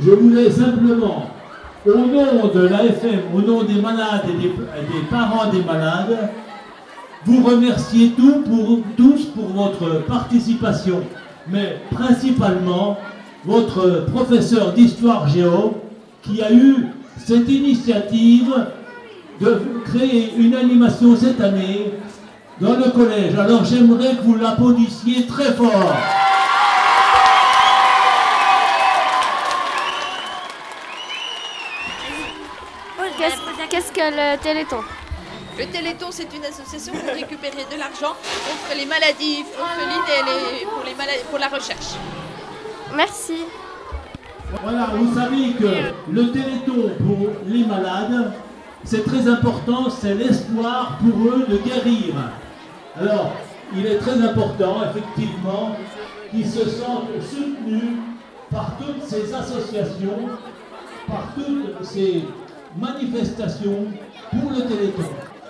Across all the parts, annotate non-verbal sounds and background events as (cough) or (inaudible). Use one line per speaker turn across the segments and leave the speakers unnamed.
Je voulais simplement, au nom de l'AFM, au nom des malades et des, et des parents des malades, vous remercier tous pour, tous pour votre participation, mais principalement votre professeur d'histoire géo qui a eu cette initiative de créer une animation cette année dans le collège. Alors j'aimerais que vous l'applaudissiez très fort.
Qu'est-ce euh, que le Téléthon
Le Téléthon, c'est une association pour récupérer de l'argent contre les maladies orphelines et les- pour, les maladies, pour la recherche.
Merci.
Voilà, vous savez que le téléthon pour les malades, c'est très important, c'est l'espoir pour eux de guérir. Alors, il est très important, effectivement, qu'ils se sentent soutenus par toutes ces associations, par toutes ces manifestations pour le téléthon.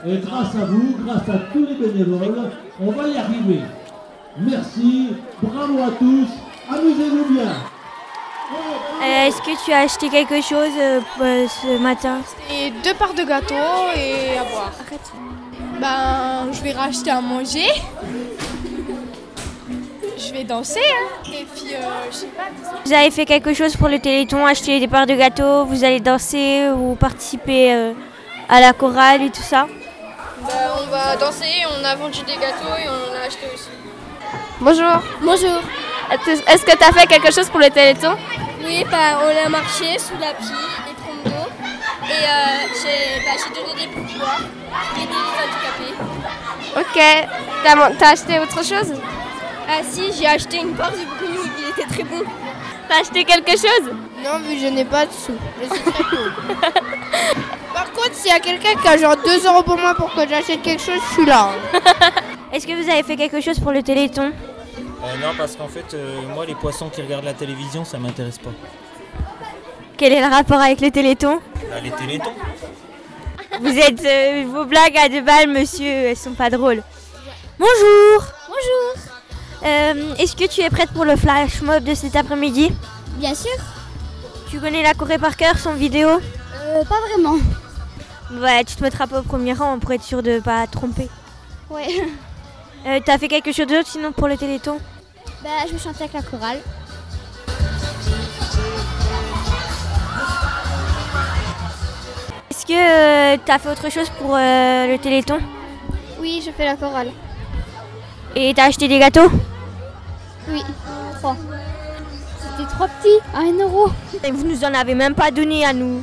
Et grâce à vous, grâce à tous les bénévoles, on va y arriver. Merci, bravo à tous, amusez-vous bien.
Euh, Est-ce que tu as acheté quelque chose euh, pour, euh, ce matin
Et deux parts de gâteau et à boire. Ben, je vais racheter à manger. Je vais danser. hein. Et puis, euh, je sais pas.
Vous avez fait quelque chose pour le Téléthon, acheter des parts de gâteau, vous allez danser ou participer euh, à la chorale et tout ça
Euh, on va danser, on a vendu des gâteaux et on en a acheté aussi.
Bonjour. Bonjour. Est-ce que tu as fait quelque chose pour le Téléthon
Oui, bah, on a marché sous la pluie, les trompes d'eau. Et euh, j'ai bah, j'ai donné des pouvoirs et des handicapés.
Ok. T'as man- t'as acheté autre chose
Ah si, j'ai acheté une barre de brownie, il était très bon.
T'as acheté quelque chose
Non, mais je n'ai pas de sous. Mais c'est très cool. (laughs) Par contre, s'il y a quelqu'un qui a genre 2 euros pour moi pour que j'achète quelque chose, je suis là. hein.
Est-ce que vous avez fait quelque chose pour le Téléthon
Euh, non, parce qu'en fait, euh, moi, les poissons qui regardent la télévision, ça m'intéresse pas.
Quel est le rapport avec le Téléthon
Bah, les télétons
Vous êtes euh, vos blagues à deux balles, monsieur, elles sont pas drôles. Bonjour. Bonjour. Est-ce que tu es prête pour le flash mob de cet après-midi
Bien sûr,
Tu connais la Corée par cœur, son vidéo
euh, pas vraiment.
Ouais, tu te mettras pas au premier rang pour être sûr de pas te tromper.
Ouais.
Euh, T'as fait quelque chose d'autre sinon pour le Téléthon
Bah, je vais chanter avec la chorale.
Est-ce que euh, t'as fait autre chose pour euh, le Téléthon
Oui, je fais la chorale.
Et t'as acheté des gâteaux
Oui, trois. C'était trois petits à un euro.
Et Vous nous en avez même pas donné à nous.